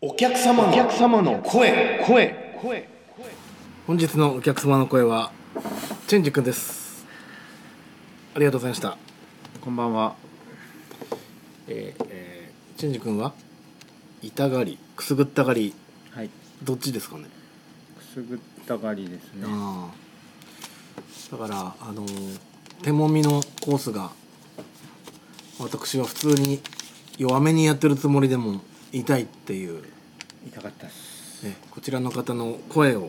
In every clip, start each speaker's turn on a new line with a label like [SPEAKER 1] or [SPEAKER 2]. [SPEAKER 1] お客様のお客様の声声声
[SPEAKER 2] 本日のお客様の声はチェンジ君ですありがとうございました
[SPEAKER 3] こんばんは。
[SPEAKER 2] えーえーチェンジ君は痛がりくすぐったがり
[SPEAKER 3] はい。
[SPEAKER 2] どっちですかね
[SPEAKER 3] くすぐったがりですね。
[SPEAKER 2] ああだからあのー手もみのコースが私は普通に弱めにやってるつもりでも痛いっていう、
[SPEAKER 3] 痛かったっす。
[SPEAKER 2] ね、こちらの方の声を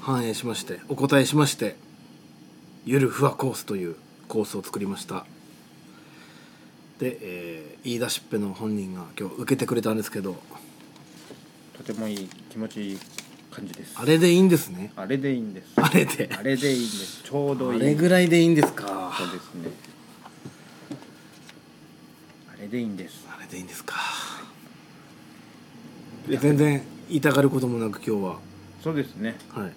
[SPEAKER 2] 反映しましてお答えしましてゆるふわコースというコースを作りましたで、えー言い出しっぺの本人が今日受けてくれたんですけど
[SPEAKER 3] とてもいい気持ちいい感じです。
[SPEAKER 2] あれでいいんですね
[SPEAKER 3] あれでいいんです。
[SPEAKER 2] あれで
[SPEAKER 3] あれでいいんです。ちょうどい
[SPEAKER 2] あ
[SPEAKER 3] い。
[SPEAKER 2] れぐらいでいいんですか
[SPEAKER 3] そうですね。あれでいいんです。
[SPEAKER 2] あれでいいんですかで全然痛がることもなく今日
[SPEAKER 3] そうですね。
[SPEAKER 2] ははい
[SPEAKER 3] はい。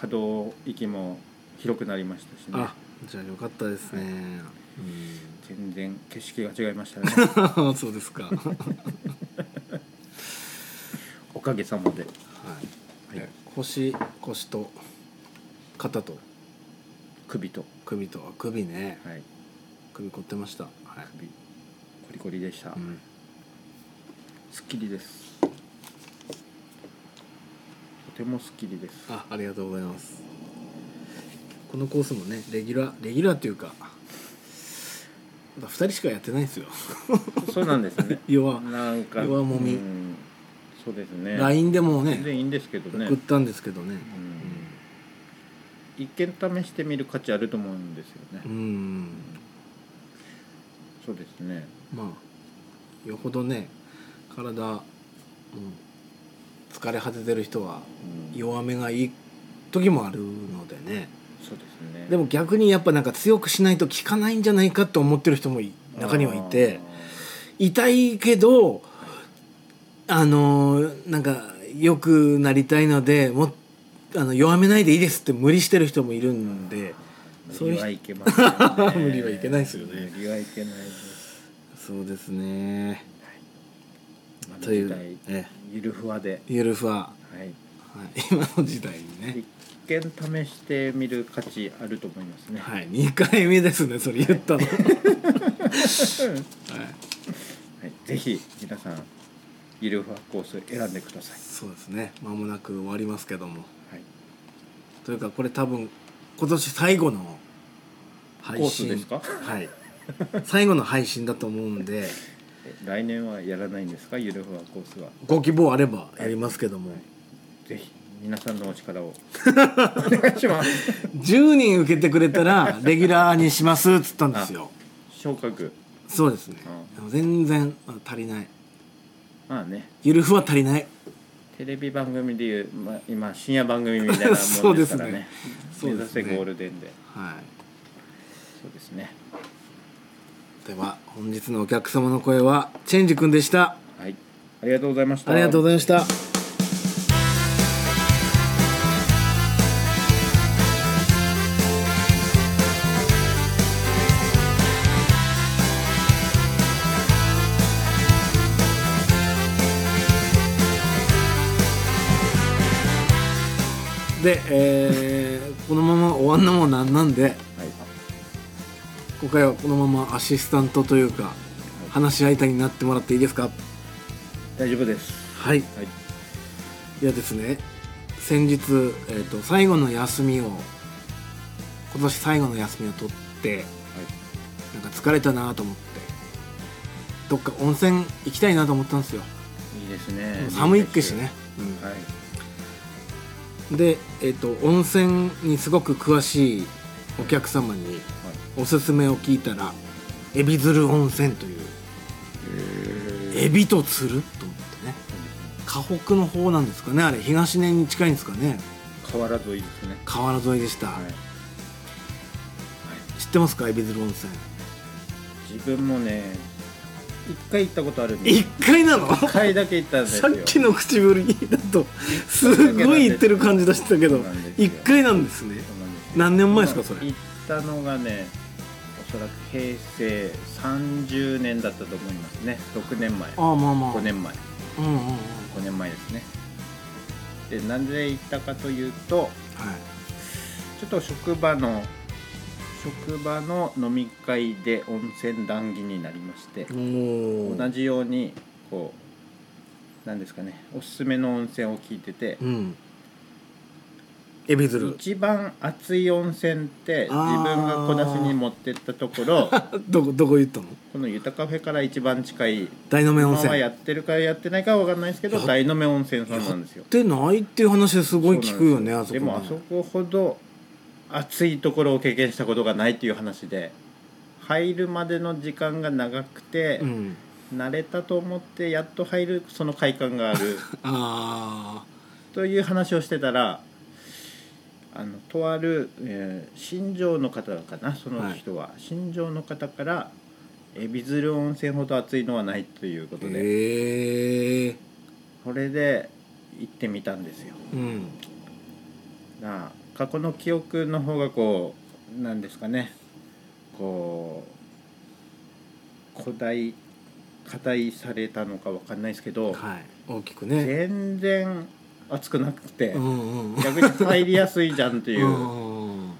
[SPEAKER 3] 可動域も広くなりましたしね
[SPEAKER 2] あ。じゃあよかったですね、
[SPEAKER 3] 全然景色が違いまし たね。
[SPEAKER 2] うんそうですかはい、
[SPEAKER 3] おかげさまで。
[SPEAKER 2] え腰腰と肩と
[SPEAKER 3] 首と。
[SPEAKER 2] 首とあ首ね
[SPEAKER 3] はい。
[SPEAKER 2] 首凝ってました、はい
[SPEAKER 3] 首。コリコリでした。
[SPEAKER 2] うん、
[SPEAKER 3] すっきりです。とてもすっきりです。
[SPEAKER 2] あありがとうございますこのコースもねレギュラーレギュラーというか2人しかやってないんですよ。
[SPEAKER 3] そうなんですね
[SPEAKER 2] 要は
[SPEAKER 3] なんか
[SPEAKER 2] 弱もみ
[SPEAKER 3] うんそうですね。
[SPEAKER 2] LINE でも
[SPEAKER 3] 全然
[SPEAKER 2] ね
[SPEAKER 3] いいんですけどね
[SPEAKER 2] 送っ。たんですけどね
[SPEAKER 3] うん一見試してみる価値あると思うんですよね。
[SPEAKER 2] うん、うん
[SPEAKER 3] そうですね。
[SPEAKER 2] まあよほどね体、うん、疲れ果ててる人は
[SPEAKER 3] うん
[SPEAKER 2] 弱めがいい時もあるのでね
[SPEAKER 3] そうですね。
[SPEAKER 2] でも逆にやっぱなんか強くしないと効かないんじゃないかと思ってる人もい中にはいて痛いけどあのーなんか良くなりたいのでもっあの弱めないでいいですって無理してる人もいるんで
[SPEAKER 3] あー、
[SPEAKER 2] そう
[SPEAKER 3] 無
[SPEAKER 2] いう
[SPEAKER 3] 理
[SPEAKER 2] 人
[SPEAKER 3] はいけませんね
[SPEAKER 2] 無理はいけないですよね
[SPEAKER 3] 無理はいけないです。
[SPEAKER 2] そうですね
[SPEAKER 3] まあ
[SPEAKER 2] という
[SPEAKER 3] 時代
[SPEAKER 2] ええ
[SPEAKER 3] ゆるふわで、
[SPEAKER 2] ゆるふわ、
[SPEAKER 3] はい。
[SPEAKER 2] はい、今の時代にね
[SPEAKER 3] 一見試してみる価値あると思いますね。
[SPEAKER 2] はい、二回目ですね、それ言 ったの。はい、
[SPEAKER 3] はい、ぜひ皆さんゆるふわコース選んでください。
[SPEAKER 2] そうですね、間もなく終わりますけども。
[SPEAKER 3] はい、
[SPEAKER 2] というか、これ多分、今年最後の。配
[SPEAKER 3] コース
[SPEAKER 2] 信
[SPEAKER 3] ですか
[SPEAKER 2] はい。最後の配信だと思うんで、
[SPEAKER 3] え来年はやらないんですかゆるふわコースは。
[SPEAKER 2] ご希望あればやりますけども。
[SPEAKER 3] ぜひ皆さんのお 力をお願いします。
[SPEAKER 2] 10人受けてくれたら、レギュラーにしますっつったんですよ。
[SPEAKER 3] 昇格
[SPEAKER 2] そうですね。全然あ足りない。
[SPEAKER 3] まあね
[SPEAKER 2] ゆるふは足りない。
[SPEAKER 3] テレビ番組でいう、まあ、今深夜番組みたい なもんですか
[SPEAKER 2] そ
[SPEAKER 3] らね
[SPEAKER 2] うですねそう
[SPEAKER 3] 目
[SPEAKER 2] で
[SPEAKER 3] 指
[SPEAKER 2] すね
[SPEAKER 3] せゴールデンで
[SPEAKER 2] はい。
[SPEAKER 3] そうですね
[SPEAKER 2] では、本日のお客様の声は、チェンジ君でした。
[SPEAKER 3] はいありがとうございました
[SPEAKER 2] ありがとうございました。で、えーこのまま終わんのもなんなんで
[SPEAKER 3] はい
[SPEAKER 2] 今回はこのままアシスタントというか話し相手になってもらっていいですか
[SPEAKER 3] 大丈夫です
[SPEAKER 2] はい
[SPEAKER 3] はい
[SPEAKER 2] いやですね先日、えー、と最後の休みを今年最後の休みを取ってなんか疲れたなと思ってどっか温泉行きたいなと思ったんですよ
[SPEAKER 3] いいですね
[SPEAKER 2] 寒いっけしね、
[SPEAKER 3] はい
[SPEAKER 2] うんで、えー、と温泉にすごく詳しいお客様に
[SPEAKER 3] はい
[SPEAKER 2] おすすめを聞いたら海老鶴温泉という
[SPEAKER 3] え
[SPEAKER 2] 海老と鶴と思ってね河北の方なんですかねあれ東根に近いんですかね
[SPEAKER 3] 変わらずいいですね
[SPEAKER 2] 河原沿いでした、
[SPEAKER 3] はい
[SPEAKER 2] 知ってますか海老鶴温泉
[SPEAKER 3] 自分もね一回行ったことあるんです
[SPEAKER 2] 一回なの
[SPEAKER 3] 一回だけ行ったんです
[SPEAKER 2] さ
[SPEAKER 3] よ
[SPEAKER 2] っきの口ぶりだとすごい言ってる感じ出してたけど
[SPEAKER 3] そうなんですよ
[SPEAKER 2] 一回なんですね
[SPEAKER 3] そうなんですよ
[SPEAKER 2] 何年前ですかそれ
[SPEAKER 3] 行ったのがねおそらく平成30年だったと思いますね6年前
[SPEAKER 2] ああまあまあ
[SPEAKER 3] 5年前5
[SPEAKER 2] うんうんうん
[SPEAKER 3] 5年前ですねでなんで行ったかというとちょっと職場の職場の飲み会で温泉談義になりまして
[SPEAKER 2] おお
[SPEAKER 3] 同じようにこうなんですかねおすすめの温泉を聞いてて
[SPEAKER 2] うんエビズル
[SPEAKER 3] 一番熱い温泉って自
[SPEAKER 2] あー
[SPEAKER 3] 分が小出しに持ってったところ
[SPEAKER 2] どこどこ言ったの
[SPEAKER 3] この「ゆたカフェ」から一番近い
[SPEAKER 2] 大の目温
[SPEAKER 3] 今
[SPEAKER 2] 泉
[SPEAKER 3] は
[SPEAKER 2] や
[SPEAKER 3] や
[SPEAKER 2] っ
[SPEAKER 3] ってるかやってないかは分かんないですけど
[SPEAKER 2] やっ
[SPEAKER 3] 大の目温泉さんなんですよ。
[SPEAKER 2] てないっていう話ですごい聞くよねあそこ
[SPEAKER 3] でもあそこほど暑いところを経験したことがないっていう話で入るまでの時間が長くて、
[SPEAKER 2] うん
[SPEAKER 3] 慣れたと思ってやっと入るその快感があ る
[SPEAKER 2] あ
[SPEAKER 3] という話をしてたらあのとある、えー新庄の方かなその人は、新庄の方から海老鶴温泉ほど暑いのはないというこ
[SPEAKER 2] あ
[SPEAKER 3] とで、
[SPEAKER 2] へえ
[SPEAKER 3] これで行ってみたんですよ。
[SPEAKER 2] うん
[SPEAKER 3] なあ過去の記憶の方がこうなんですかねこう古代課題されたのかわかんないですけど、
[SPEAKER 2] はい大きくね
[SPEAKER 3] 全然熱くなくて、
[SPEAKER 2] うんうん
[SPEAKER 3] 逆に入りやすいじゃんっていう
[SPEAKER 2] うん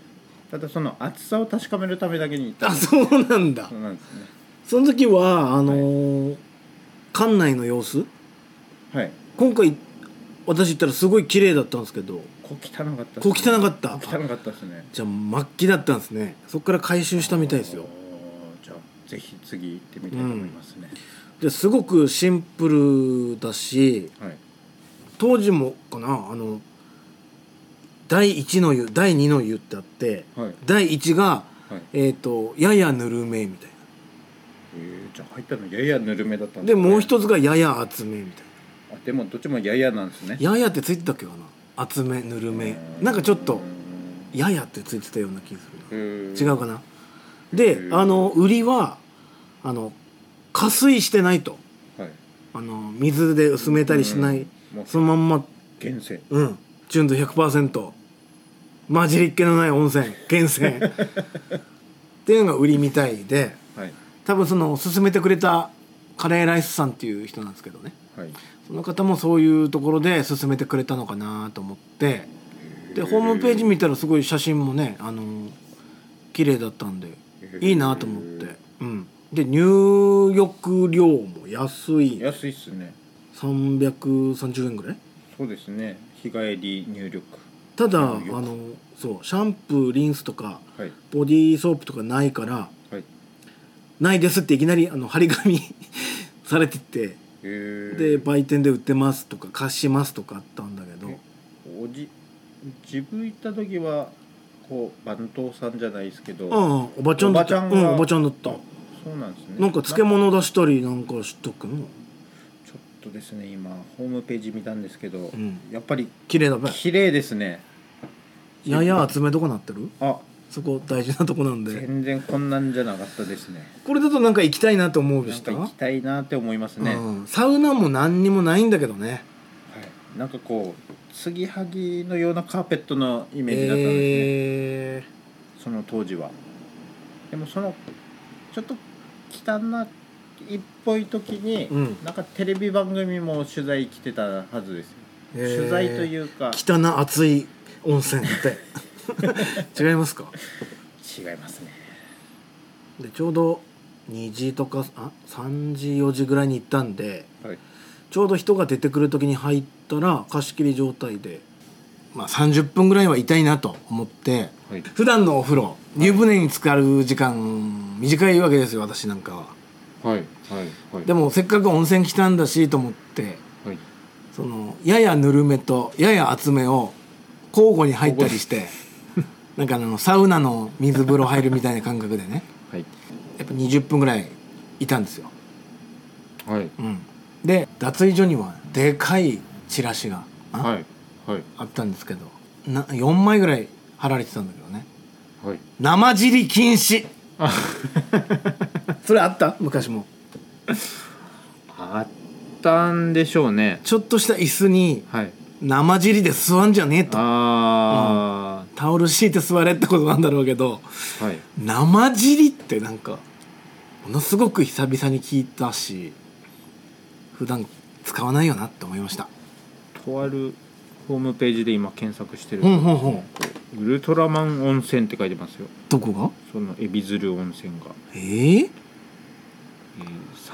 [SPEAKER 3] ただその熱さを確かめるためだけに行った
[SPEAKER 2] あそうなんだ
[SPEAKER 3] そうなんですね
[SPEAKER 2] その時はあのー館内の様子
[SPEAKER 3] はい
[SPEAKER 2] 今回私行ったらすごい綺麗だったんですけど
[SPEAKER 3] こう汚かったっすね
[SPEAKER 2] こう汚かった
[SPEAKER 3] こう汚かったですね
[SPEAKER 2] じゃあ末期だったんですねそこから回収したみたいですよ
[SPEAKER 3] おーじゃあぜひ次行ってみたいと思いますね、
[SPEAKER 2] ですごくシンプルだし
[SPEAKER 3] はい
[SPEAKER 2] 当時もかなあの第1の湯第2の湯ってあって
[SPEAKER 3] はいはい、
[SPEAKER 2] 第1が、
[SPEAKER 3] はい
[SPEAKER 2] えー、とややぬるめみたい
[SPEAKER 3] えーじゃあ入ったのややぬるめだった
[SPEAKER 2] なんでもう
[SPEAKER 3] 一つ
[SPEAKER 2] 一つがやや厚めみたい
[SPEAKER 3] あでもどっちもややなんですね
[SPEAKER 2] なややってついてたっけかな厚めぬるめなんかちょっとややってついてたような気がするな
[SPEAKER 3] 違
[SPEAKER 2] 違うかなで
[SPEAKER 3] うん
[SPEAKER 2] あの売りはあの加水してないと
[SPEAKER 3] はい
[SPEAKER 2] あの水で薄めたりしない
[SPEAKER 3] うんもう
[SPEAKER 2] そのまんま
[SPEAKER 3] 現世
[SPEAKER 2] うん純度100%混じりっ気のない温泉源 泉っていうのが売りみたいで
[SPEAKER 3] はい
[SPEAKER 2] 多分その勧めてくれたカレーライスさんっていう人なんですけどね
[SPEAKER 3] はい
[SPEAKER 2] その方もそういうところで勧めてくれたのかなと思ってでホームページ見たらすごい写真もねあの綺麗だったんでいいなと思って、うん、で入浴料も安い
[SPEAKER 3] 安いっすね
[SPEAKER 2] 330円ぐらい
[SPEAKER 3] そうですね日帰り入力
[SPEAKER 2] ただあ
[SPEAKER 3] 入浴
[SPEAKER 2] のそうシャンプーリンスとか
[SPEAKER 3] はい
[SPEAKER 2] ボディーソープとかないから
[SPEAKER 3] はい
[SPEAKER 2] ないですっていきなりあの張り紙 されててで
[SPEAKER 3] で
[SPEAKER 2] 売店で売ってますとか貸しますとかあったんだけど
[SPEAKER 3] えおじ自分行った時はこう番頭さんじゃないですけど
[SPEAKER 2] ああおばちゃんだった
[SPEAKER 3] おばちゃん
[SPEAKER 2] う
[SPEAKER 3] が
[SPEAKER 2] んおばちゃんだった
[SPEAKER 3] そうなんですね
[SPEAKER 2] なんか漬物出したりなんかしとくの
[SPEAKER 3] ちょっとですね今ホームページ見たんですけど、
[SPEAKER 2] ん
[SPEAKER 3] やっぱり
[SPEAKER 2] 綺麗だね
[SPEAKER 3] 綺麗ですね
[SPEAKER 2] やや厚めとこなってる
[SPEAKER 3] あ
[SPEAKER 2] そこ大事なとこなんで
[SPEAKER 3] 全然こんなんじゃなかったですね
[SPEAKER 2] これだとなんか行きたいなと思うで
[SPEAKER 3] なん
[SPEAKER 2] し
[SPEAKER 3] か
[SPEAKER 2] た
[SPEAKER 3] 行きたいなって思いますね、
[SPEAKER 2] うん、サウナも何にもないんだけどね
[SPEAKER 3] はい、なんかこう継ぎはぎのようなカーペットのイメージだったんですね、
[SPEAKER 2] え
[SPEAKER 3] その当時はでもそのちょっと汚いっぽい時に、
[SPEAKER 2] うん
[SPEAKER 3] なんかテレビ番組も取材来てたはずですよ、
[SPEAKER 2] えー
[SPEAKER 3] 取材というか
[SPEAKER 2] 汚な熱い温泉って違いますか
[SPEAKER 3] 違いますね
[SPEAKER 2] でちょうど2時とかあ3時4時ぐらいに行ったんで
[SPEAKER 3] はい
[SPEAKER 2] ちょうど人が出てくる時に入ったら貸し切り状態で、まあ、30分ぐらいはいたいなと思って
[SPEAKER 3] はい
[SPEAKER 2] 普段のお風呂湯船に浸かる時間短いわけですよ私なんかは
[SPEAKER 3] はいはいは
[SPEAKER 2] でもせっかく温泉来たんだしと思って
[SPEAKER 3] はい
[SPEAKER 2] そのややぬるめとやや厚めを交互に入ったりしてなんかあのサウナの水風呂入るみたいな感覚でね
[SPEAKER 3] はい
[SPEAKER 2] やっぱ20分ぐらいいたんですよ、
[SPEAKER 3] はい
[SPEAKER 2] うん、で脱衣所にはでかいチラシがあ,、
[SPEAKER 3] いはい
[SPEAKER 2] あったんですけどな4枚ぐらい貼られてたんだけどね
[SPEAKER 3] はい
[SPEAKER 2] 「生尻禁止」 それあった昔も
[SPEAKER 3] あったんでしょうね
[SPEAKER 2] ちょっとした椅子に
[SPEAKER 3] はい
[SPEAKER 2] 生尻で座んじゃねえと
[SPEAKER 3] あ
[SPEAKER 2] タオル敷いて座れってことなんだろうけど
[SPEAKER 3] あ、はい
[SPEAKER 2] 生尻ってなんかものすごく久々に聞いたし普段使わないよなって思いました
[SPEAKER 3] とあるホームページで今検索してる、
[SPEAKER 2] ほんほんほん
[SPEAKER 3] ウルトラマン温泉って書いてますよ
[SPEAKER 2] どこが
[SPEAKER 3] その海老鶴温泉が、
[SPEAKER 2] えー、
[SPEAKER 3] えー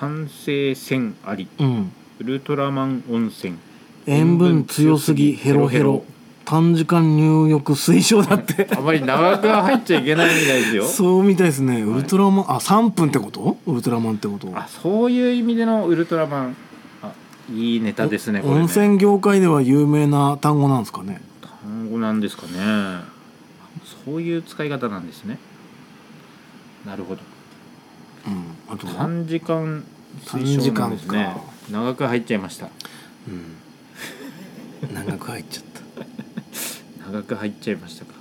[SPEAKER 3] 酸性泉あり
[SPEAKER 2] うん
[SPEAKER 3] ウルトラマン温泉
[SPEAKER 2] 塩分強すぎヘロヘロ短時間入浴推奨だって
[SPEAKER 3] あまり長くは入っちゃいけないみたいです よ
[SPEAKER 2] そうみたいですねウルトラマンあ3分ってことウルトラマンってこと
[SPEAKER 3] あそういう意味でのウルトラマンあいいネタですねこれね
[SPEAKER 2] 温泉業界では有名な単語なんですかね
[SPEAKER 3] 単語なんですかねそういう使い方なんですねなるほど
[SPEAKER 2] うんあとは
[SPEAKER 3] 短時間推奨なんです
[SPEAKER 2] 短
[SPEAKER 3] ね
[SPEAKER 2] 時
[SPEAKER 3] 長く入っちゃいました
[SPEAKER 2] うん長く入っちゃった
[SPEAKER 3] 長く入っちゃいましたか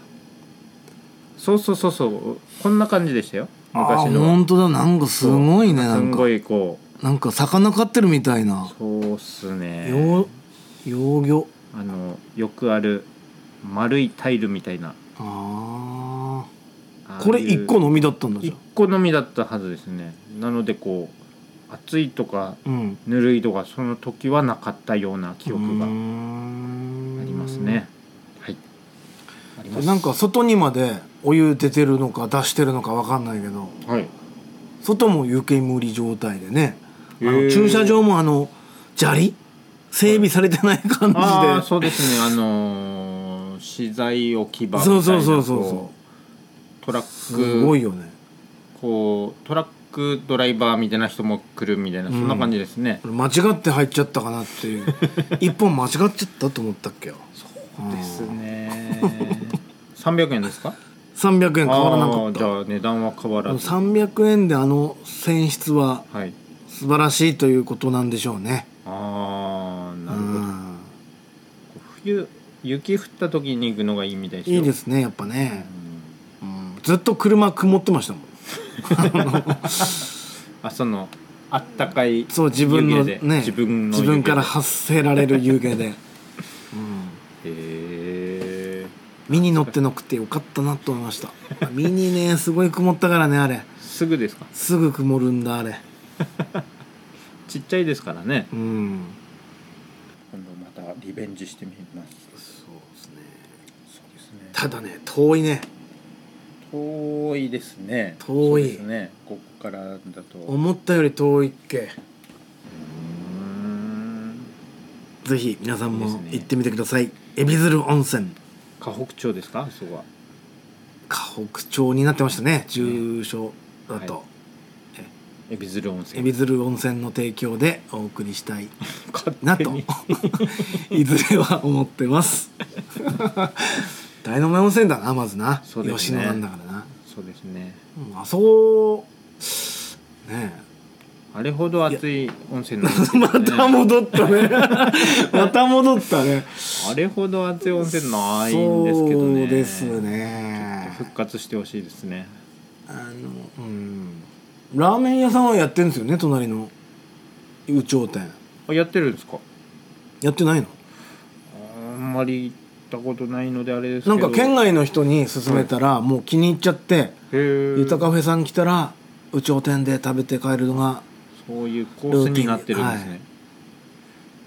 [SPEAKER 3] そうそうそうそうこんな感じでしたよ
[SPEAKER 2] あ
[SPEAKER 3] 昔のは
[SPEAKER 2] 本当だなんかすごいねな
[SPEAKER 3] す
[SPEAKER 2] ん
[SPEAKER 3] ん
[SPEAKER 2] か
[SPEAKER 3] ごいこ
[SPEAKER 2] なんか魚飼ってるみたいうな
[SPEAKER 3] そうっすね
[SPEAKER 2] 養養魚
[SPEAKER 3] あのよくある丸いタイルみたいな
[SPEAKER 2] あ
[SPEAKER 3] あ
[SPEAKER 2] あ
[SPEAKER 3] あ
[SPEAKER 2] これ
[SPEAKER 3] いう
[SPEAKER 2] 一個のみだったんだじゃ
[SPEAKER 3] 一個のみだったはずですねなのでこう暑いとか
[SPEAKER 2] あうん
[SPEAKER 3] ぬるいとかその時はなかったような記憶が
[SPEAKER 2] うー
[SPEAKER 3] あ
[SPEAKER 2] ん
[SPEAKER 3] りますねはいあります
[SPEAKER 2] なんか外にまでお湯出てるのか出してるのかわかんないけど
[SPEAKER 3] はい
[SPEAKER 2] 外も湯煙状態でねあ
[SPEAKER 3] へ
[SPEAKER 2] の
[SPEAKER 3] ー
[SPEAKER 2] 駐車場もあの砂利整備されてない感じで、
[SPEAKER 3] ああそうですねあのー資材置き場みたい
[SPEAKER 2] そう
[SPEAKER 3] な
[SPEAKER 2] そうそうそうそう
[SPEAKER 3] こうトラック
[SPEAKER 2] すごいよね
[SPEAKER 3] こうトラックドライバーみたいな人も来るみたいなそんな感じですね、
[SPEAKER 2] 俺間違って入っちゃったかなって いう一本間違っちゃったと思ったっけよ
[SPEAKER 3] ですね300円ですか
[SPEAKER 2] 300円変わらなか
[SPEAKER 3] あ
[SPEAKER 2] っ
[SPEAKER 3] ーじ
[SPEAKER 2] た
[SPEAKER 3] ゃあ値段は変わらず
[SPEAKER 2] 300円であの選出は
[SPEAKER 3] はい
[SPEAKER 2] 素晴らしいということなんでしょうね
[SPEAKER 3] ああな
[SPEAKER 2] う
[SPEAKER 3] るほど、
[SPEAKER 2] ん
[SPEAKER 3] 冬雪降った時に行くのがいいみたいですよ、
[SPEAKER 2] いいですすねやっぱね
[SPEAKER 3] う、ん
[SPEAKER 2] うんずっと車曇ってましたもん
[SPEAKER 3] あそのあったかい
[SPEAKER 2] そう自分の
[SPEAKER 3] 湯気で
[SPEAKER 2] ね自
[SPEAKER 3] 自分
[SPEAKER 2] 分
[SPEAKER 3] の
[SPEAKER 2] から
[SPEAKER 3] へ
[SPEAKER 2] 発せられる湯気で、うん、
[SPEAKER 3] え
[SPEAKER 2] ミニ乗ってなくてよかったなと思いましたミニねすごい曇ったからねあれ
[SPEAKER 3] すぐですか
[SPEAKER 2] すぐ曇るんだあれ
[SPEAKER 3] ちっちゃいですからね
[SPEAKER 2] うん
[SPEAKER 3] 今度またリベンジしてみま
[SPEAKER 2] そ
[SPEAKER 3] す
[SPEAKER 2] うですね
[SPEAKER 3] そうですね
[SPEAKER 2] ただね遠いね
[SPEAKER 3] 遠いですね
[SPEAKER 2] 遠い
[SPEAKER 3] そうですねここからだとう
[SPEAKER 2] 思ったより遠いっけ
[SPEAKER 3] ーん
[SPEAKER 2] ぜひ皆さん
[SPEAKER 3] いいです
[SPEAKER 2] も
[SPEAKER 3] ね
[SPEAKER 2] 行ってみてください海老鶴温泉
[SPEAKER 3] 河北町ですかそこは
[SPEAKER 2] 河北町になってましたね住所だ
[SPEAKER 3] は
[SPEAKER 2] と
[SPEAKER 3] エビズル温泉
[SPEAKER 2] 海老鶴温泉の提供でお送りしたい
[SPEAKER 3] 勝
[SPEAKER 2] な
[SPEAKER 3] 手
[SPEAKER 2] と
[SPEAKER 3] に
[SPEAKER 2] いずれは思ってます大の前温泉だなまずな、
[SPEAKER 3] そうだよね
[SPEAKER 2] 吉野なんだからな、
[SPEAKER 3] そうですね
[SPEAKER 2] うんあそこね
[SPEAKER 3] あれほど暑い温泉なんです
[SPEAKER 2] え
[SPEAKER 3] ね
[SPEAKER 2] また戻ったねまた戻ったね
[SPEAKER 3] あれほど熱い温泉ないんですけどね。
[SPEAKER 2] そうです。ね
[SPEAKER 3] 復活してほしいですね。
[SPEAKER 2] あのうんラーメン屋さんはやってるんですよね隣の有頂店
[SPEAKER 3] あやってるんですか。
[SPEAKER 2] やってないの
[SPEAKER 3] あんまり行ったことないのであれですけ
[SPEAKER 2] な
[SPEAKER 3] ど。
[SPEAKER 2] んか県外の人に勧めたら、もう気に入っちゃって
[SPEAKER 3] へえ。
[SPEAKER 2] ゆたカフェさん来たら有頂天で食べて帰るのが
[SPEAKER 3] そういうコースになってるんですね。
[SPEAKER 2] はい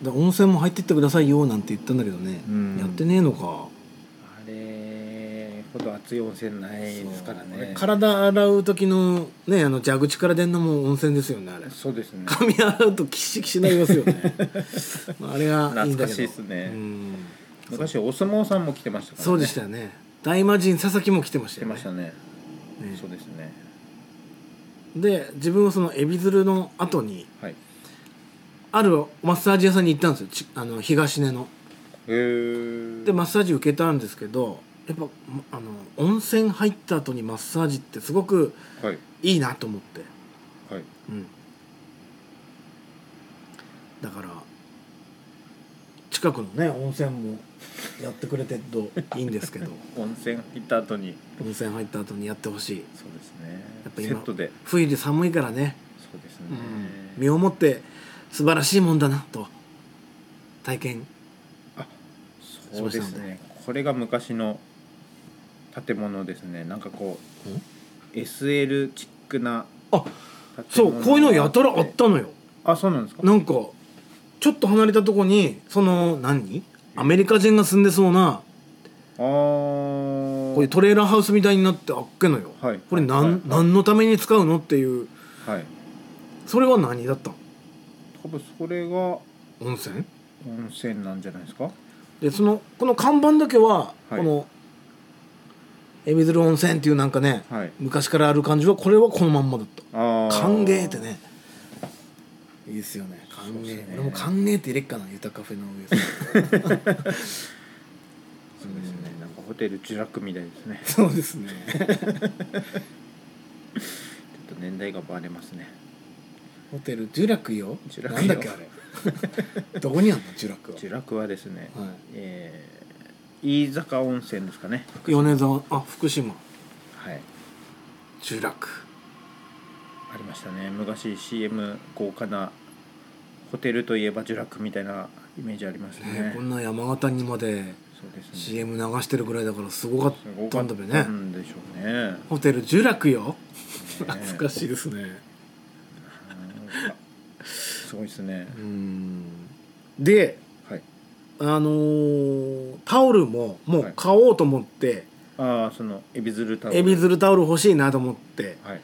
[SPEAKER 2] で温泉も入ってってくださいよなんて言ったんだけどね、
[SPEAKER 3] うん
[SPEAKER 2] やってねえのか
[SPEAKER 3] あれほど熱い温泉ないですからね。
[SPEAKER 2] 体洗う時のねあの蛇口から出んのも温泉ですよねあれ
[SPEAKER 3] そうですね。
[SPEAKER 2] 髪洗うとキシキシになりますよ ねまああれがいいんだけど
[SPEAKER 3] 懐かしいですね
[SPEAKER 2] うん
[SPEAKER 3] 昔お相撲さんも来てましたからね。
[SPEAKER 2] そうでしたよね大魔神佐々木も来てまし
[SPEAKER 3] 来
[SPEAKER 2] た
[SPEAKER 3] て
[SPEAKER 2] よね
[SPEAKER 3] ましたね。
[SPEAKER 2] ね
[SPEAKER 3] そうですね。
[SPEAKER 2] で自分はその海老鶴の後に
[SPEAKER 3] はい。へ
[SPEAKER 2] あるマッサージ屋さんに行ったんですよちあの東根の
[SPEAKER 3] え。
[SPEAKER 2] でマッサージ受けたんですけどやっぱあの温泉入った後にマッサージってすごく
[SPEAKER 3] はい
[SPEAKER 2] いいなと思って
[SPEAKER 3] はい。
[SPEAKER 2] うんだから近くのね温泉もやってくれてるといいんですけ ど
[SPEAKER 3] 温泉行った後に。
[SPEAKER 2] 温泉入った後にやってほしい
[SPEAKER 3] そうですね
[SPEAKER 2] やっ。ぱ
[SPEAKER 3] セ
[SPEAKER 2] 今
[SPEAKER 3] ットで。
[SPEAKER 2] 冬で寒いからね、
[SPEAKER 3] そうですね。
[SPEAKER 2] 身をもって素晴らしいもんだなと体験
[SPEAKER 3] そうですね。これが昔の建物ですね。なんかこう SL チックな
[SPEAKER 2] あ
[SPEAKER 3] 建物があ
[SPEAKER 2] そ
[SPEAKER 3] って
[SPEAKER 2] うこういうのやたらあったのよ
[SPEAKER 3] あ、そうなんですか。
[SPEAKER 2] なんかちょっと離れたとこにその何アメリカ人が住んでそうな
[SPEAKER 3] あー
[SPEAKER 2] こういうトレーラーハウスみたいになってあっけのよ、
[SPEAKER 3] はい
[SPEAKER 2] これ何,、
[SPEAKER 3] はい
[SPEAKER 2] 何のために使うのっていう
[SPEAKER 3] はい
[SPEAKER 2] それは何だったの
[SPEAKER 3] 多分それが
[SPEAKER 2] 温泉
[SPEAKER 3] 温泉なんじゃないですか
[SPEAKER 2] でそのこの看板だけは、
[SPEAKER 3] はい
[SPEAKER 2] この「海老温泉」っていうなんかね、
[SPEAKER 3] はい
[SPEAKER 2] 昔からある感じはこれはこのまんまだった
[SPEAKER 3] あー
[SPEAKER 2] 歓迎ってねいいですよね歓
[SPEAKER 3] そうで
[SPEAKER 2] 迎
[SPEAKER 3] すね
[SPEAKER 2] 俺も歓迎って入れっかなゆたカフェの上
[SPEAKER 3] そうですねなんかホテル自宅みたいですねち
[SPEAKER 2] そうですね
[SPEAKER 3] ょっと年代がバレますね
[SPEAKER 2] ホテルデュラクよ
[SPEAKER 3] デュラ
[SPEAKER 2] な
[SPEAKER 3] ク
[SPEAKER 2] んだ
[SPEAKER 3] よ
[SPEAKER 2] っけあれどこにあんのデュラクは
[SPEAKER 3] 自宅はですね、
[SPEAKER 2] は
[SPEAKER 3] えー飯坂温泉ですかね
[SPEAKER 2] い、米沢あ福島
[SPEAKER 3] はい
[SPEAKER 2] デュラク
[SPEAKER 3] ありましたね昔 CM 豪華なホテルといえば呪楽みたいなイメージありますね
[SPEAKER 2] ねこんな山形にまで
[SPEAKER 3] そうですね
[SPEAKER 2] CM 流してるぐらいだからすごか
[SPEAKER 3] すご
[SPEAKER 2] った
[SPEAKER 3] かっ
[SPEAKER 2] んだべね
[SPEAKER 3] たんでしょうねね
[SPEAKER 2] ホテル呪楽よ懐
[SPEAKER 3] う
[SPEAKER 2] かしいですね
[SPEAKER 3] んすごいですね
[SPEAKER 2] うんで
[SPEAKER 3] はい
[SPEAKER 2] あのータオルももう買おうと思って
[SPEAKER 3] ああそのエビズルタオル
[SPEAKER 2] エビズルタオル欲しいなと思って
[SPEAKER 3] はい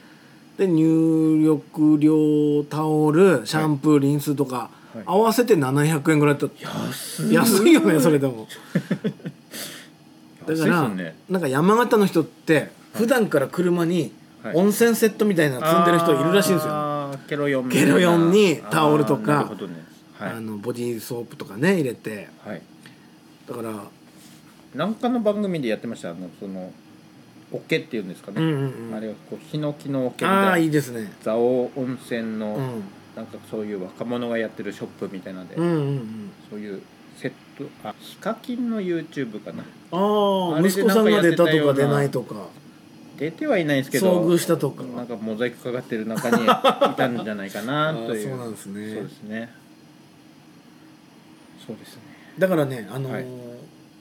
[SPEAKER 2] で入浴料タオルシャンプーリンスとか、
[SPEAKER 3] はい
[SPEAKER 2] 合わせて700円ぐらいだった
[SPEAKER 3] 安
[SPEAKER 2] 安いよねそれでもだ
[SPEAKER 3] 安い
[SPEAKER 2] か
[SPEAKER 3] っ
[SPEAKER 2] ら、
[SPEAKER 3] すね
[SPEAKER 2] なんか山形の人って普段から車に
[SPEAKER 3] はい
[SPEAKER 2] 温泉セットみたいなの積んでる人いるらしいんですよ、
[SPEAKER 3] あーケロヨン
[SPEAKER 2] ケロヨンにタオルと
[SPEAKER 3] あーな
[SPEAKER 2] か
[SPEAKER 3] るほどねはい
[SPEAKER 2] あのボディーソープとかね入れて
[SPEAKER 3] はい
[SPEAKER 2] だから
[SPEAKER 3] なんかの番組でやってましたあのその桶っていうんですかね、
[SPEAKER 2] うんうんうん
[SPEAKER 3] あれはこうヒノキの桶みたいな
[SPEAKER 2] ああいいですね
[SPEAKER 3] 蔵王温泉の、
[SPEAKER 2] うん
[SPEAKER 3] なんかそういう若者がやってるショップみたいなので、
[SPEAKER 2] うんうん
[SPEAKER 3] そういうセットあヒカキンの YouTube か
[SPEAKER 2] うん
[SPEAKER 3] な
[SPEAKER 2] ああ
[SPEAKER 3] あれ
[SPEAKER 2] 息
[SPEAKER 3] で
[SPEAKER 2] 子
[SPEAKER 3] な
[SPEAKER 2] さ
[SPEAKER 3] ん
[SPEAKER 2] ん
[SPEAKER 3] か
[SPEAKER 2] が
[SPEAKER 3] やって
[SPEAKER 2] 出
[SPEAKER 3] た
[SPEAKER 2] たと
[SPEAKER 3] ような
[SPEAKER 2] か出ないとか
[SPEAKER 3] 出てはいないんですけど
[SPEAKER 2] 遭遇したとか
[SPEAKER 3] なんかモザイクかかってる中にいたんじゃないかな という
[SPEAKER 2] あーそうなんですね
[SPEAKER 3] そうですねそうですね
[SPEAKER 2] だからねあのー
[SPEAKER 3] はい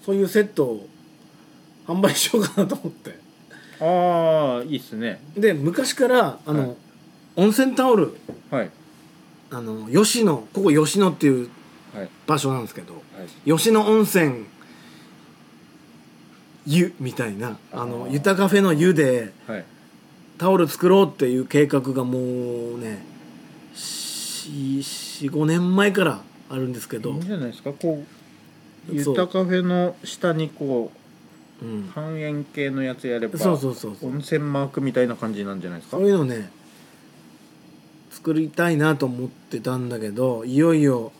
[SPEAKER 2] そういうセットを販売しようかなと思って
[SPEAKER 3] ああいいっすね
[SPEAKER 2] で昔からあの、
[SPEAKER 3] はい
[SPEAKER 2] 温泉タオル
[SPEAKER 3] はい
[SPEAKER 2] あの吉野ここ吉野っていう
[SPEAKER 3] はい
[SPEAKER 2] 場所なんですけど
[SPEAKER 3] はい
[SPEAKER 2] 吉野温泉湯みたいなあの
[SPEAKER 3] あー
[SPEAKER 2] ゆたカフェの湯で
[SPEAKER 3] はい
[SPEAKER 2] タオル作ろうっていう計画がもうね45年前からあるんですけ
[SPEAKER 3] い
[SPEAKER 2] ど
[SPEAKER 3] いん、じゃないですかこうゆ
[SPEAKER 2] そう
[SPEAKER 3] たカフェの下にこ
[SPEAKER 2] うん
[SPEAKER 3] う、半円形のやつやれば
[SPEAKER 2] そうそうそうそう
[SPEAKER 3] 温泉マークみたいな感じなんじゃないですか
[SPEAKER 2] そういうのね作りたいなと思ってたんだけどいよいよ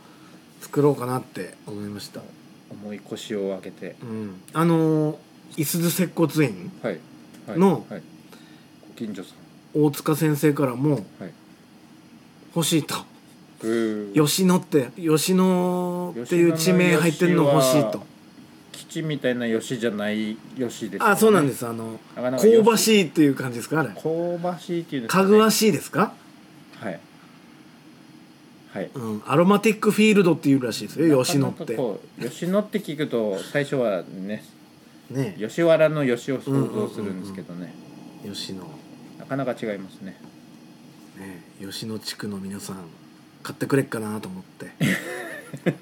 [SPEAKER 2] 作ろうかなって思いました、
[SPEAKER 3] 重い腰を上げて
[SPEAKER 2] うん、あのいすゞ接骨院
[SPEAKER 3] はい、はい、
[SPEAKER 2] の
[SPEAKER 3] はい、ご近所さ
[SPEAKER 2] 大塚先生からも
[SPEAKER 3] んはい
[SPEAKER 2] 欲しいと
[SPEAKER 3] うー
[SPEAKER 2] 吉野って吉野っていう地名入ってるの欲しいと
[SPEAKER 3] 基地みたいな吉じゃない吉です、
[SPEAKER 2] あそうなんですあの
[SPEAKER 3] なかなか
[SPEAKER 2] 香
[SPEAKER 3] 吉
[SPEAKER 2] ばしいっていう感じですかあれ
[SPEAKER 3] 香ばしいっていうんです
[SPEAKER 2] かぐわ
[SPEAKER 3] し
[SPEAKER 2] しいですか、
[SPEAKER 3] はいはい
[SPEAKER 2] うん、アロマティックフィールドっていうらしいですよ吉野っ
[SPEAKER 3] なかなか
[SPEAKER 2] て
[SPEAKER 3] こう吉野って聞くと最初はね
[SPEAKER 2] ね
[SPEAKER 3] 吉原の吉を想像するんですけどね、
[SPEAKER 2] 吉野
[SPEAKER 3] なかなか違いますね
[SPEAKER 2] ね、吉野地区の皆さん買ってくれっかなと思って
[SPEAKER 3] そう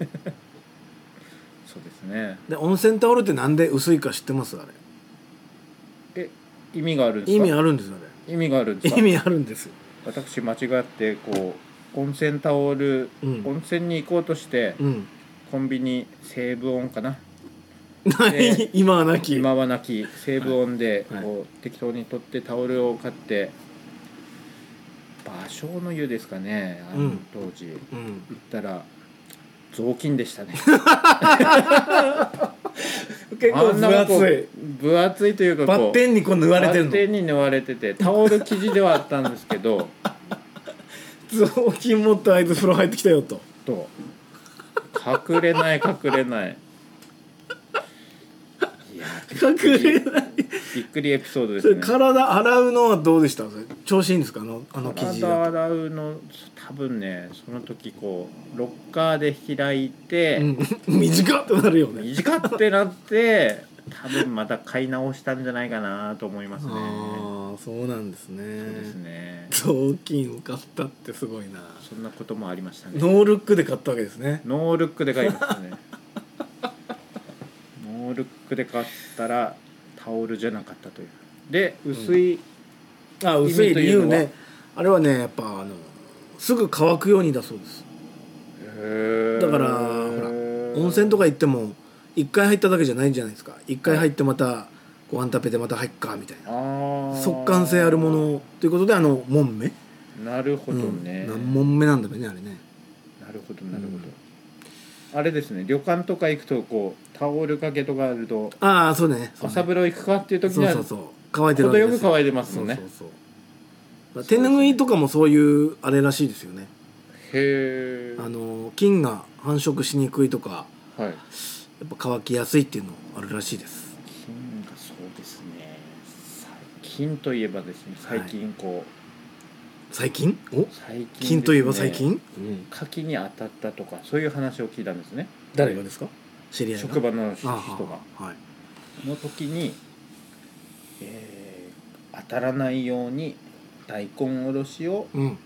[SPEAKER 3] ですね
[SPEAKER 2] で温泉タオルってなんで薄いか知ってますあれ
[SPEAKER 3] え意味があるんです
[SPEAKER 2] 意
[SPEAKER 3] か
[SPEAKER 2] 味あるんですよ
[SPEAKER 3] 意味があるん
[SPEAKER 2] あ
[SPEAKER 3] です
[SPEAKER 2] れ
[SPEAKER 3] か
[SPEAKER 2] 意味あるんですよ
[SPEAKER 3] 私間違ってこう温泉タオル、
[SPEAKER 2] うん
[SPEAKER 3] 温泉に行こうとして、
[SPEAKER 2] うん
[SPEAKER 3] コンビニ西武音かな
[SPEAKER 2] ない
[SPEAKER 3] で
[SPEAKER 2] 今はなき
[SPEAKER 3] 今はなき西武音でこ、
[SPEAKER 2] はいう
[SPEAKER 3] 適当に取ってタオルを買って芭蕉の湯ですかねあ
[SPEAKER 2] う
[SPEAKER 3] の
[SPEAKER 2] ん
[SPEAKER 3] 当時、行
[SPEAKER 2] うん
[SPEAKER 3] ったら雑巾でしたね
[SPEAKER 2] 結構
[SPEAKER 3] あんな
[SPEAKER 2] 分厚
[SPEAKER 3] こう
[SPEAKER 2] い
[SPEAKER 3] 分厚いというか
[SPEAKER 2] バ
[SPEAKER 3] こ
[SPEAKER 2] ッ
[SPEAKER 3] う
[SPEAKER 2] テンにこう縫われてる
[SPEAKER 3] バッテ
[SPEAKER 2] の
[SPEAKER 3] ンに縫われててタオル生地ではあったんですけど
[SPEAKER 2] 雑巾持ってあいつ風呂入ってきたよと
[SPEAKER 3] と隠れない隠れないいや
[SPEAKER 2] 隠れない
[SPEAKER 3] びっくりエピソードで
[SPEAKER 2] そ
[SPEAKER 3] す
[SPEAKER 2] れ
[SPEAKER 3] ね
[SPEAKER 2] 体洗うのはどうでしたそれ調子いいんですかあのあの生地
[SPEAKER 3] 体
[SPEAKER 2] だと
[SPEAKER 3] 洗うの多分ねその時こうロッカーで開いて、
[SPEAKER 2] うん短ってなるよね
[SPEAKER 3] 短ってなって多分また買い直したんじゃないかなと思いますね
[SPEAKER 2] あああそうなんです
[SPEAKER 3] そうです
[SPEAKER 2] ね
[SPEAKER 3] ね
[SPEAKER 2] 雑巾を買ったってすごいな
[SPEAKER 3] そんなこともありましたね
[SPEAKER 2] ノールックで買ったわけですね
[SPEAKER 3] ノールックで買いましたねノールックで買ったらタオルじゃなかったというで薄い、
[SPEAKER 2] あ
[SPEAKER 3] 意味
[SPEAKER 2] 薄い
[SPEAKER 3] と
[SPEAKER 2] 理
[SPEAKER 3] いう
[SPEAKER 2] 由
[SPEAKER 3] のは
[SPEAKER 2] ねあれはねやっぱあのすぐ乾くようにだそうです
[SPEAKER 3] へー
[SPEAKER 2] だから温泉とか行っても一回入っただけじゃないんじゃないですか一回入ってまたご飯食べてまた入っかみたい
[SPEAKER 3] あ
[SPEAKER 2] な
[SPEAKER 3] ー
[SPEAKER 2] 速乾性あるものということであの門目
[SPEAKER 3] なるほどね、
[SPEAKER 2] 何問目なんだろうねあれね
[SPEAKER 3] なるほどなるほど、あれですね旅館とか行くとこうタオル掛けとかあると
[SPEAKER 2] ああそうねそうね
[SPEAKER 3] 朝風呂行くかっていう時に
[SPEAKER 2] そう
[SPEAKER 3] は
[SPEAKER 2] そうそう乾いてるわけです
[SPEAKER 3] 程よく乾いてますもんね
[SPEAKER 2] そうそうそう手拭いとかもそういうあれらしいですよね
[SPEAKER 3] へえ
[SPEAKER 2] あの菌が繁殖しにくいとか
[SPEAKER 3] はい
[SPEAKER 2] やっぱ乾きやすいっていうのあるらしいです
[SPEAKER 3] 金がそうですね最近といえばですね最近こ
[SPEAKER 2] 最近お
[SPEAKER 3] う、最近ですね
[SPEAKER 2] 菌といえば最近、うん
[SPEAKER 3] 柿に当たったとかそういう話を聞いたんですね
[SPEAKER 2] 誰がですか知り合いが
[SPEAKER 3] 職場の人
[SPEAKER 2] あ
[SPEAKER 3] が
[SPEAKER 2] あはい
[SPEAKER 3] の時に、えー当たらないように大根おろしを
[SPEAKER 2] うん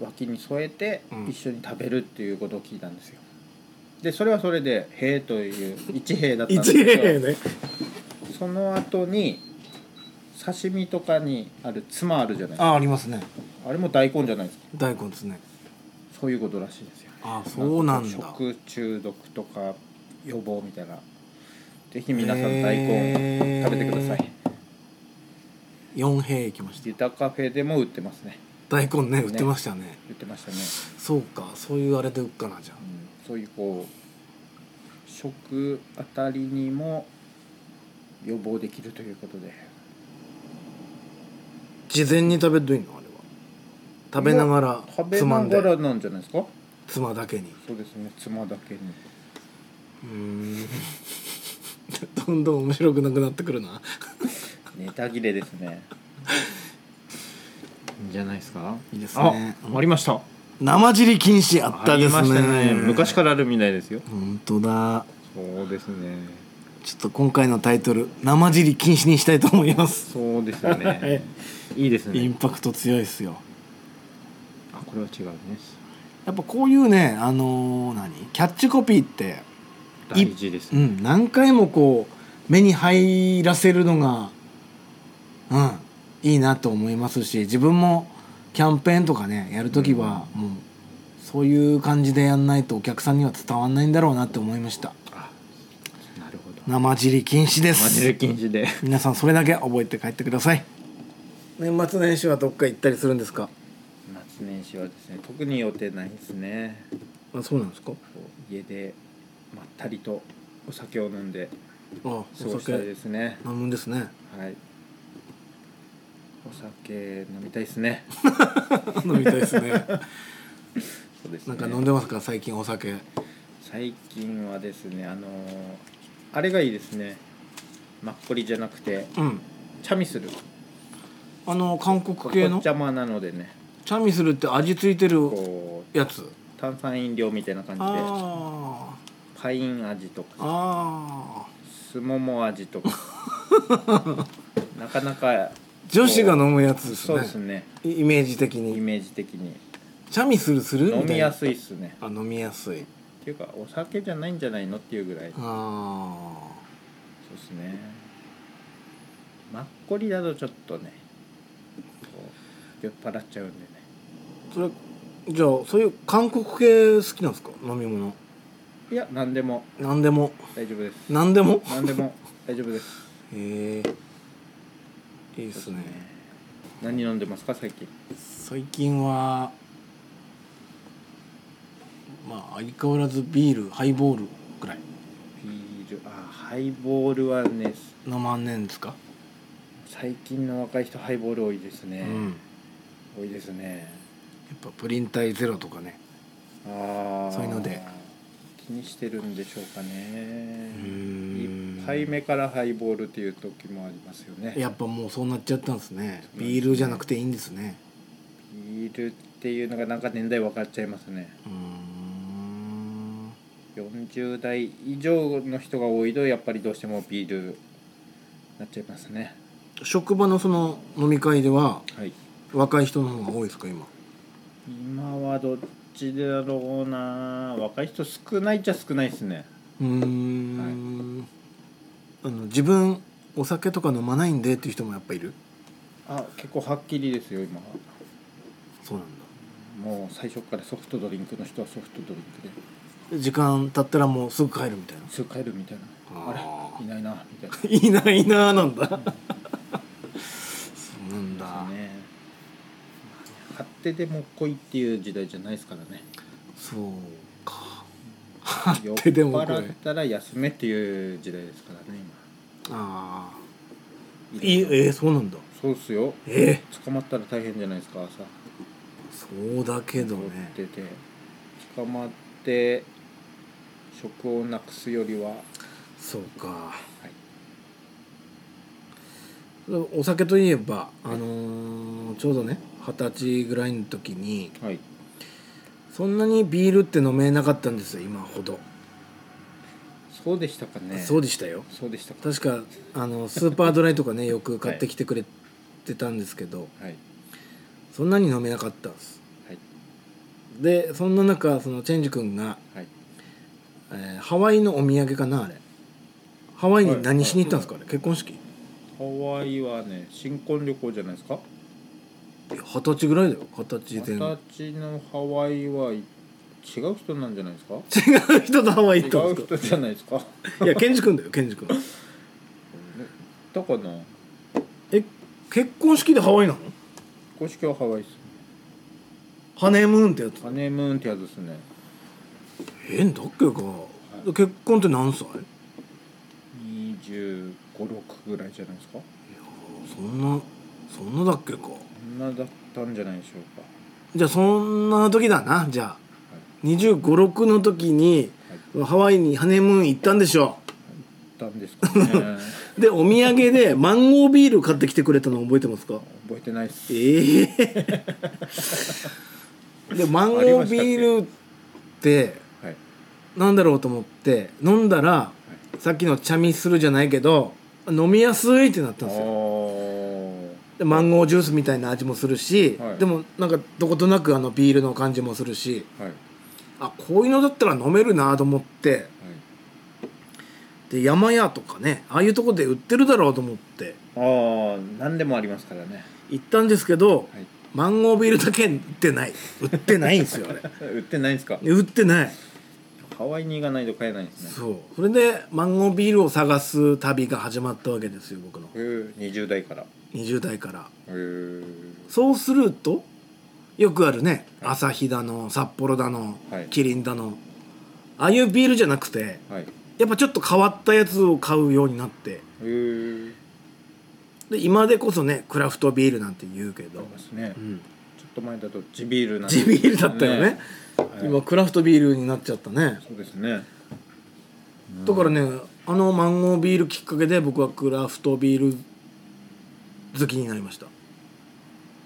[SPEAKER 3] 脇に添えて
[SPEAKER 2] うん
[SPEAKER 3] 一緒に食べるっていうことを聞いたんですよでそれはそれで「へえ」という一兵だったんです
[SPEAKER 2] 一
[SPEAKER 3] けど
[SPEAKER 2] 平ね
[SPEAKER 3] その後に刺身とかにあるつ まあるじゃないですか
[SPEAKER 2] あありますね
[SPEAKER 3] あれも大根じゃないですか
[SPEAKER 2] 大根ですね
[SPEAKER 3] そういうことらしいですよ
[SPEAKER 2] ああそうなんだ
[SPEAKER 3] 食中毒とか予防みたいなぜひ皆さん大根
[SPEAKER 2] 根
[SPEAKER 3] 食べてください、
[SPEAKER 2] 4平行きました
[SPEAKER 3] リタカフェでも売ってますね
[SPEAKER 2] 大根ね売ってましたね
[SPEAKER 3] 売ってましたね、
[SPEAKER 2] そうかそういうあれで売っかなじゃ
[SPEAKER 3] うんん、そういうこう食あたりにも予防できるということで
[SPEAKER 2] 事前に食べるといいのあれは食べながら
[SPEAKER 3] 食べ
[SPEAKER 2] つま
[SPEAKER 3] なんが
[SPEAKER 2] で
[SPEAKER 3] らなんじゃないですか
[SPEAKER 2] つまだけに
[SPEAKER 3] そうですね妻だけに
[SPEAKER 2] うーんどんどん面白くなくなってくるな
[SPEAKER 3] ネタ切れですね いいんじゃないですか
[SPEAKER 2] いいですね
[SPEAKER 3] あありました
[SPEAKER 2] 生尻禁止あった
[SPEAKER 3] あ
[SPEAKER 2] で
[SPEAKER 3] り
[SPEAKER 2] す
[SPEAKER 3] ました
[SPEAKER 2] ね
[SPEAKER 3] ね昔からあるみたいですよ
[SPEAKER 2] 本当だ
[SPEAKER 3] そうですね
[SPEAKER 2] ちょっと今回のタイトル生尻禁止にしたいと思います
[SPEAKER 3] そうですよね いいです
[SPEAKER 2] イン
[SPEAKER 3] ね
[SPEAKER 2] パクト強いですよ
[SPEAKER 3] あこれは違うね
[SPEAKER 2] やっぱこういうねあのー何キャッチコピーって
[SPEAKER 3] 大事です
[SPEAKER 2] う
[SPEAKER 3] ね
[SPEAKER 2] ん、何回もこう目に入らせるのが、うん、いいなと思いますし自分もキャンペーンとかねやる時はもうそういう感じでやんないとお客さんには伝わんないんだろうなって思いました
[SPEAKER 3] あなるほど
[SPEAKER 2] 生尻禁止で
[SPEAKER 3] マジ
[SPEAKER 2] す
[SPEAKER 3] で禁止で
[SPEAKER 2] 皆さんそれだけ覚えて帰ってください年末年始はどっか行ったりするんですか
[SPEAKER 3] 夏年始はですね特に予定ないですね
[SPEAKER 2] あそうなんですか
[SPEAKER 3] こう家でまったりとお酒を飲んで
[SPEAKER 2] あお
[SPEAKER 3] 過ごしたい
[SPEAKER 2] 酒
[SPEAKER 3] ですね
[SPEAKER 2] 飲むんですね
[SPEAKER 3] はいお酒飲みたいですね
[SPEAKER 2] 飲みたいですね
[SPEAKER 3] そうです
[SPEAKER 2] な
[SPEAKER 3] ね
[SPEAKER 2] んか飲んでますか最近お酒
[SPEAKER 3] 最近はですねあのーあれがいいですねマッコリじゃなくて
[SPEAKER 2] うん
[SPEAKER 3] チャミスル
[SPEAKER 2] あの韓国
[SPEAKER 3] こ
[SPEAKER 2] 系
[SPEAKER 3] っ
[SPEAKER 2] の
[SPEAKER 3] ちゃまなのでね
[SPEAKER 2] チャミスルって味付いてる
[SPEAKER 3] こう
[SPEAKER 2] やつ
[SPEAKER 3] 炭酸飲料みたいな感じで
[SPEAKER 2] あ
[SPEAKER 3] パイン味と
[SPEAKER 2] あ
[SPEAKER 3] か
[SPEAKER 2] ああ
[SPEAKER 3] すもも味 とかなかなか
[SPEAKER 2] 女子が飲むやつです
[SPEAKER 3] そう
[SPEAKER 2] ね
[SPEAKER 3] ですね
[SPEAKER 2] イイメージ的
[SPEAKER 3] イ
[SPEAKER 2] に
[SPEAKER 3] メージ的に
[SPEAKER 2] チャミスルするみたい
[SPEAKER 3] 飲
[SPEAKER 2] な
[SPEAKER 3] みやすいっすね
[SPEAKER 2] あ飲みやすい
[SPEAKER 3] っていうかお酒じゃないんじゃないのっていうぐらいそう
[SPEAKER 2] あ
[SPEAKER 3] ですねマッコリだとちょっとねこう酔っ払っちゃうんでね
[SPEAKER 2] ーそれじゃあそういう韓国系好きなんですか飲み物
[SPEAKER 3] いや何でも
[SPEAKER 2] 何でも
[SPEAKER 3] 大丈夫です
[SPEAKER 2] 何でも
[SPEAKER 3] 何でも大丈夫です
[SPEAKER 2] へえいいですね
[SPEAKER 3] 何飲んでますか最近
[SPEAKER 2] 最近はまあ相変わらずビールハイボールぐらい
[SPEAKER 3] ビールあハイボールはね
[SPEAKER 2] 飲まんねんですか、
[SPEAKER 3] 最近の若い人ハイボール多いですね、
[SPEAKER 2] うん
[SPEAKER 3] 多いですね
[SPEAKER 2] やっぱプリン体ゼロとかね
[SPEAKER 3] ああ
[SPEAKER 2] そういうので
[SPEAKER 3] 気にしてるんでしょうかね
[SPEAKER 2] ん
[SPEAKER 3] 一杯目からハイボールっていう時もありますよね
[SPEAKER 2] やっぱもうそうなっちゃったんですねビールじゃなくていいんですね
[SPEAKER 3] ビールっていうのがなんか年代分かっちゃいますね
[SPEAKER 2] うーん
[SPEAKER 3] 40代以上の人が多いとやっぱりどうしてもビールなっちゃいますね
[SPEAKER 2] 職場のその飲み会では
[SPEAKER 3] はい
[SPEAKER 2] 若い人の方が多いですか今
[SPEAKER 3] 今はどっちだろうな若い人少ないっちゃ少ないですね
[SPEAKER 2] うーん、あの自分お酒とか飲まないんでっていう人もやっぱいる
[SPEAKER 3] あ結構はっきりですよ今は
[SPEAKER 2] そうなんだ
[SPEAKER 3] もう最初からソフトドリンクの人はソフトドリンクで
[SPEAKER 2] 時間経ったらもうすぐ帰るみたいな
[SPEAKER 3] すぐ帰るみたいな
[SPEAKER 2] あ
[SPEAKER 3] あ
[SPEAKER 2] ー
[SPEAKER 3] れいないなみたいなで
[SPEAKER 2] いないなーなんだそうなんだ
[SPEAKER 3] すね張ってでも来いっていう時代じゃないですからね
[SPEAKER 2] そう か張
[SPEAKER 3] 酔っ
[SPEAKER 2] ってでもこ
[SPEAKER 3] 払
[SPEAKER 2] れ
[SPEAKER 3] ったら休めっていう時代ですからね
[SPEAKER 2] ああ
[SPEAKER 3] 今
[SPEAKER 2] いえー、そうなんだ
[SPEAKER 3] そうっすよ
[SPEAKER 2] え
[SPEAKER 3] 捕まったら大変じゃないですか朝
[SPEAKER 2] ー、そうだけどね
[SPEAKER 3] 追ってて捕まって職をなくすよりは、は
[SPEAKER 2] そうか
[SPEAKER 3] い、
[SPEAKER 2] お酒といえば、あのーちょうどね二十歳ぐらいの時に
[SPEAKER 3] はい、
[SPEAKER 2] そんなにビールって飲めなかったんですよ今ほど、
[SPEAKER 3] そうでしたかね
[SPEAKER 2] そうでしたよ
[SPEAKER 3] そうでしたか
[SPEAKER 2] 確かあのスーパードライと かねよく買ってきてくれてたんですけど、
[SPEAKER 3] はい
[SPEAKER 2] そんなに飲めなかったんです
[SPEAKER 3] はい
[SPEAKER 2] でそんな中そのチェンジ君が、
[SPEAKER 3] はい
[SPEAKER 2] えーハワイのお土産かなあれハワイに何しに行ったんですかね結婚式い
[SPEAKER 3] ハワイはね新婚旅行じゃないですか
[SPEAKER 2] や二十歳ぐらいだよ二十
[SPEAKER 3] 二
[SPEAKER 2] 歳
[SPEAKER 3] 十
[SPEAKER 2] 前
[SPEAKER 3] 歳のハワイは違う人なんじゃないですか
[SPEAKER 2] 違う人とハワイ行った
[SPEAKER 3] 違
[SPEAKER 2] ん
[SPEAKER 3] う
[SPEAKER 2] ですか
[SPEAKER 3] 人じゃないですか
[SPEAKER 2] いやケンジ君だよケンジ君
[SPEAKER 3] だからな
[SPEAKER 2] え結婚式でハワイなの
[SPEAKER 3] 公式はハワイです
[SPEAKER 2] ハネムーンってやつ
[SPEAKER 3] ハネムーンってやつですね
[SPEAKER 2] えだっけか、
[SPEAKER 3] い
[SPEAKER 2] 結婚って何歳
[SPEAKER 3] 2 5 6ぐらいじゃないですか
[SPEAKER 2] そんなそんなだっけか
[SPEAKER 3] そんなだったんじゃないでしょうか
[SPEAKER 2] じゃあそんな時だなじゃあ2 5 6の時に
[SPEAKER 3] はい
[SPEAKER 2] ハワイにハネムーン行ったんでしょ
[SPEAKER 3] 行ったんですかね覚
[SPEAKER 2] でお土産でマンゴービール買ってきてくれたの覚えてますか
[SPEAKER 3] えてないっす
[SPEAKER 2] ええ でマンゴービールって
[SPEAKER 3] はい
[SPEAKER 2] なんだろうと思って飲んだらさっきのチャミするじゃないけど飲みやすいってなったんですよ
[SPEAKER 3] お
[SPEAKER 2] でマンゴージュースみたいな味もするし、
[SPEAKER 3] はい
[SPEAKER 2] でもなんかどことなくあのビールの感じもするし
[SPEAKER 3] はいはい
[SPEAKER 2] あこういうのだったら飲めるなと思ってで山屋とかねああいうとこで売ってるだろうと思って
[SPEAKER 3] ああ何でもありますからね
[SPEAKER 2] 行ったんですけど、
[SPEAKER 3] はい
[SPEAKER 2] マンゴービールだけ売ってない売ってないんですよあれ
[SPEAKER 3] 売ってないんですか
[SPEAKER 2] 売ってない
[SPEAKER 3] ハワイに行かないと買えないんですね
[SPEAKER 2] そうそれでマンゴービールを探す旅が始まったわけですよ僕の
[SPEAKER 3] へー20代からへ
[SPEAKER 2] 20代から
[SPEAKER 3] え
[SPEAKER 2] そうするとよくあるね朝日だの札幌だの、
[SPEAKER 3] はい
[SPEAKER 2] キリンだのああいうビールじゃなくて
[SPEAKER 3] はいへ
[SPEAKER 2] やっぱちょっと変わったやつを買うようになって
[SPEAKER 3] え
[SPEAKER 2] で今でこそねクラフトビールなんて言うけ
[SPEAKER 3] あ
[SPEAKER 2] ど
[SPEAKER 3] り、ますね
[SPEAKER 2] うん、
[SPEAKER 3] ちょっと前だと地ビールなんて
[SPEAKER 2] 地ビールだったよね
[SPEAKER 3] はい
[SPEAKER 2] 今クラフトビールになっちゃったね
[SPEAKER 3] そうですね
[SPEAKER 2] だからねあのマンゴービールきっかけで僕はクラフトビール好きになりました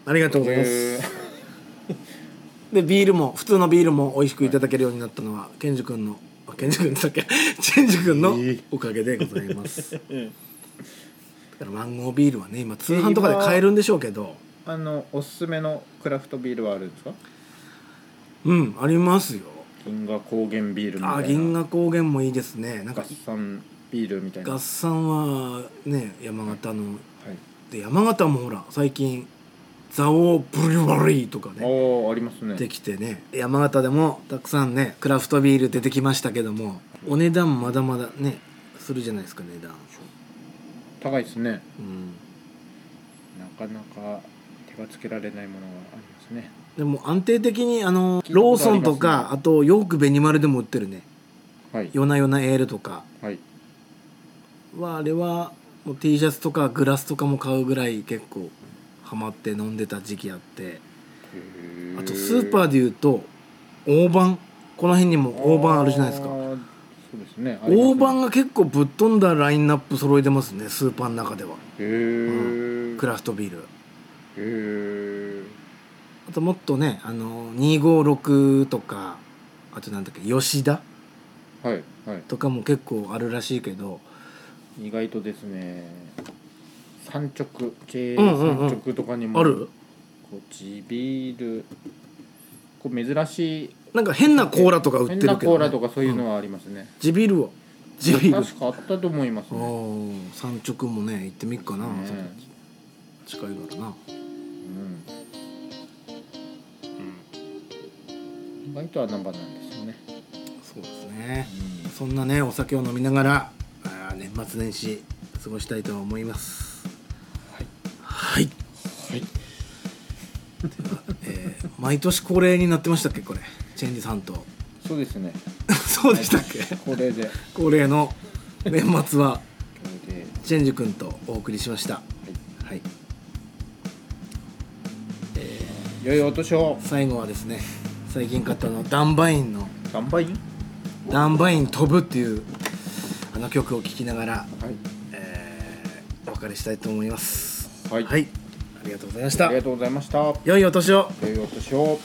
[SPEAKER 2] ありがとうございます、
[SPEAKER 3] へ
[SPEAKER 2] でビールも普通のビールも美味しくいただけるようになったのはケンジ君のあケンジ君だっけ チェンジ君のおかげでございます、だからマンゴービールはね今通販とかで買えるんでしょうけど
[SPEAKER 3] ーあのおすすめのクラフトビールはあるんですか
[SPEAKER 2] うんありますよ
[SPEAKER 3] 銀河高原ビールみたいな
[SPEAKER 2] あ銀河高原もいいですねなん
[SPEAKER 3] 合
[SPEAKER 2] か
[SPEAKER 3] 算ビールみたいな
[SPEAKER 2] 合算はね山形の
[SPEAKER 3] はい
[SPEAKER 2] で山形もほら最近蔵王ブリュワリーとかね
[SPEAKER 3] おーありますね
[SPEAKER 2] できてね山形でもたくさんねクラフトビール出てきましたけどもお値段まだまだねするじゃないですか値段
[SPEAKER 3] 高いですね
[SPEAKER 2] うん
[SPEAKER 3] なかなか手がつけられないものがありますね
[SPEAKER 2] でも安定的にあの
[SPEAKER 3] 聞いたことあり
[SPEAKER 2] ロー
[SPEAKER 3] ますね
[SPEAKER 2] ソンとかあとヨークベニマルでも売ってるね
[SPEAKER 3] はい
[SPEAKER 2] 夜な夜なエールとか
[SPEAKER 3] はい
[SPEAKER 2] はあれはもう T シャツとかグラスとかも買うぐらい結構ハマって飲んでた時期あってあとスーパーでいうと大判この辺にも大判あるじゃないですか
[SPEAKER 3] そうですねありますね
[SPEAKER 2] 大判が結構ぶっ飛んだラインナップ揃えてますねスーパーの中では
[SPEAKER 3] へえ
[SPEAKER 2] クラフトビール
[SPEAKER 3] へえ
[SPEAKER 2] あともっとねあの256とかあとなんだっけ吉田
[SPEAKER 3] はいはい
[SPEAKER 2] とかも結構あるらしいけど
[SPEAKER 3] 意外とですね三直 JA
[SPEAKER 2] うんうんうん
[SPEAKER 3] 三直とかにも
[SPEAKER 2] ある
[SPEAKER 3] こう地ビールこう珍しい
[SPEAKER 2] なんか変なコーラとか売って
[SPEAKER 3] 変
[SPEAKER 2] るけど、
[SPEAKER 3] な
[SPEAKER 2] ね、
[SPEAKER 3] コーラとかそういうのはありますね、
[SPEAKER 2] 地ビールは地ビール
[SPEAKER 3] 確かあったと思いますね
[SPEAKER 2] ああ産直もね行ってみっかな、
[SPEAKER 3] ね
[SPEAKER 2] 近いからな
[SPEAKER 3] うん意外と穴場なんですよね、
[SPEAKER 2] そうですねそんなねお酒を飲みながらあー年末年始過ごしたいと思いますはいはい、えー毎年恒例になってましたっけこれチェンジさんと
[SPEAKER 3] そうですね
[SPEAKER 2] そうでしたっけ
[SPEAKER 3] これでこ
[SPEAKER 2] 恒例の年末は
[SPEAKER 3] れで
[SPEAKER 2] チェンジ君とお送りしましたはい
[SPEAKER 3] 良いお年を
[SPEAKER 2] 最後はですね最近買ったあのダンバインの
[SPEAKER 3] 乾杯はい
[SPEAKER 2] 「ダンバイン飛ぶ」っていうあの曲を聴きながら、えーお別れしたいと思います
[SPEAKER 3] はい
[SPEAKER 2] はい、ありがとうございました
[SPEAKER 3] ありがとうございました
[SPEAKER 2] 良いお年を
[SPEAKER 3] 良いお年を